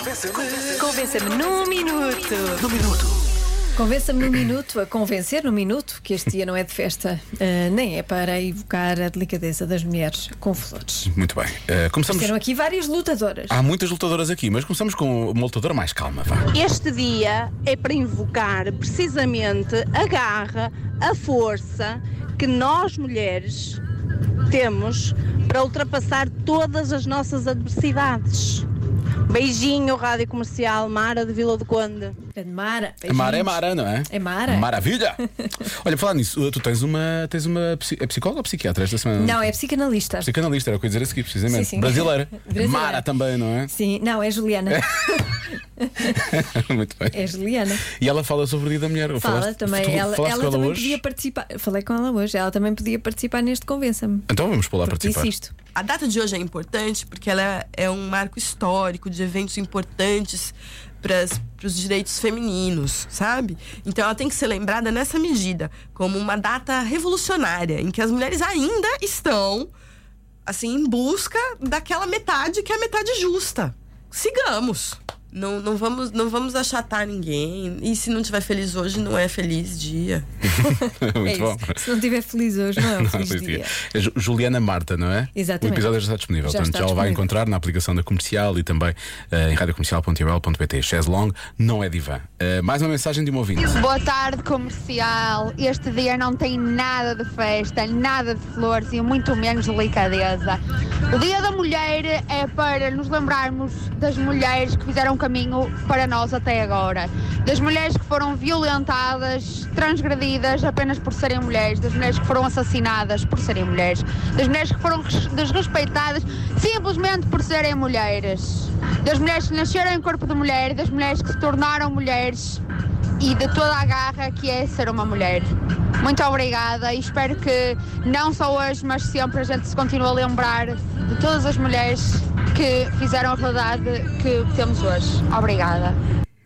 Convença-me. Convença-me num minuto. No minuto. Convença-me num minuto, a convencer num minuto, que este dia não é de festa, ah, nem é para evocar a delicadeza das mulheres com flores. Muito bem. Eh, começamos. Tiveram aqui várias lutadoras. Há muitas lutadoras aqui, mas começamos com uma lutadora mais calma, vá. Este dia é para invocar precisamente a garra, a força que nós mulheres temos para ultrapassar todas as nossas adversidades. Beijinho, Rádio Comercial Mara de Vila do Conde. A Mara. Ah. A Mara é beijinhos. Mara, não é? É Mara. Maravilha! Olha, falar nisso, eh, tu tens uma. Tens uma psi- é psicóloga ou psiquiatra esta semana? Não, é psicanalista. Psicanalista, era o que eu ia dizer a seguir, precisamente. Sim, sim. Brasileira. Brasileira. Mara também, não é? Sim, não, é Juliana. Muito bem. É Juliana. E ela fala sobre o Dia da Mulher. Eu Fala falaste- também. tu ela falaste ela com também hoje? podia participar. Falei com ela hoje. Ela também podia participar neste Convença-me. Então vamos pular para Porque participar. disse isto. A data de hoje é importante porque ela é um marco histórico de eventos importantes para os direitos femininos, sabe? Então ela tem que ser lembrada nessa medida, como uma data revolucionária, em que as mulheres ainda estão, assim, em busca daquela metade que é a metade justa. Sigamos! Não, não, vamos, não vamos achatar ninguém. E se não estiver feliz hoje, não é feliz dia. Muito é bom. isso. Se não estiver feliz hoje, não é um Não, feliz pois dia. é. É Ju- Juliana Marta, não é? Exatamente. O episódio já está disponível. Já portanto, está já o vai disponível. encontrar na aplicação da comercial e também eh, em radiocomercial.ibel.pt. Chaise Long não é divã. Eh, mais uma mensagem de uma ouvinte. Boa tarde, comercial. Este dia não tem nada de festa, nada de flores e muito menos delicadeza. O Dia da Mulher é para nos lembrarmos das mulheres que fizeram caminho para nós até agora. Das mulheres que foram violentadas, transgredidas apenas por serem mulheres, das mulheres que foram assassinadas por serem mulheres, das mulheres que foram res- desrespeitadas simplesmente por serem mulheres, das mulheres que nasceram em corpo de mulher, das mulheres que se tornaram mulheres e de toda a garra que é ser uma mulher. Muito obrigada e espero que não só hoje, mas sempre a gente se continue a lembrar de todas as mulheres que fizeram a verdade que temos hoje. Obrigada.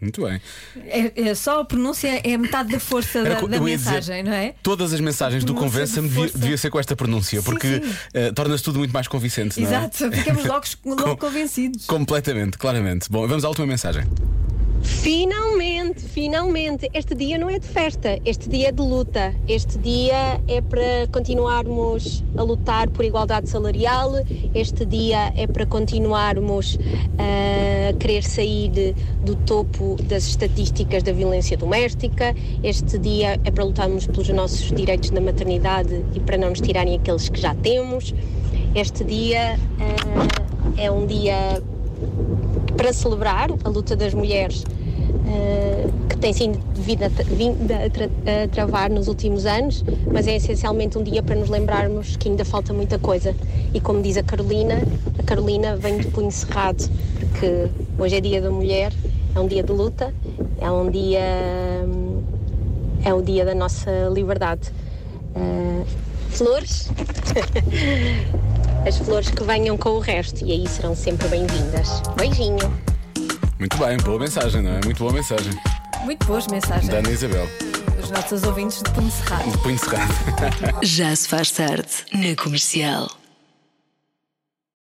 Muito bem. É, é só a pronúncia é metade da força da, Era co- da eu ia dizer, mensagem, não é? Todas as mensagens do Pronúncia Convença-me de devia, força. devia ser com esta pronúncia, Sim, porque sim. eh, torna-se tudo muito mais convincente, não é? Exato, ficamos logo, logo convencidos. Completamente, claramente. Bom, vamos à última mensagem. Finalmente, finalmente, este dia não é de festa, este dia é de luta. Este dia é para continuarmos a lutar por igualdade salarial, este dia é para continuarmos ah, a querer sair de- do topo das estatísticas da violência doméstica, este dia é para lutarmos pelos nossos direitos na maternidade e para não nos tirarem aqueles que já temos. Este dia ah, é um dia para celebrar a luta das mulheres eh, que tem sido vindo a, tra- vindo a tra- a travar nos últimos anos, mas é essencialmente um dia para nos lembrarmos que ainda falta muita coisa. E como diz a Carolina, a Carolina vem de punho cerrado, porque hoje é dia da mulher, é um dia de luta, é um dia hum, é o dia da nossa liberdade. Eh, flores, as flores que venham com o resto e aí serão sempre bem-vindas. Beijinho! Muito bem, boa mensagem, não é? Muito boa mensagem. Muito boas mensagens Da Ana Isabel. um dos nossos ouvintes de Punho Cerrado. Punho cerrado. Já se faz tarde na comercial.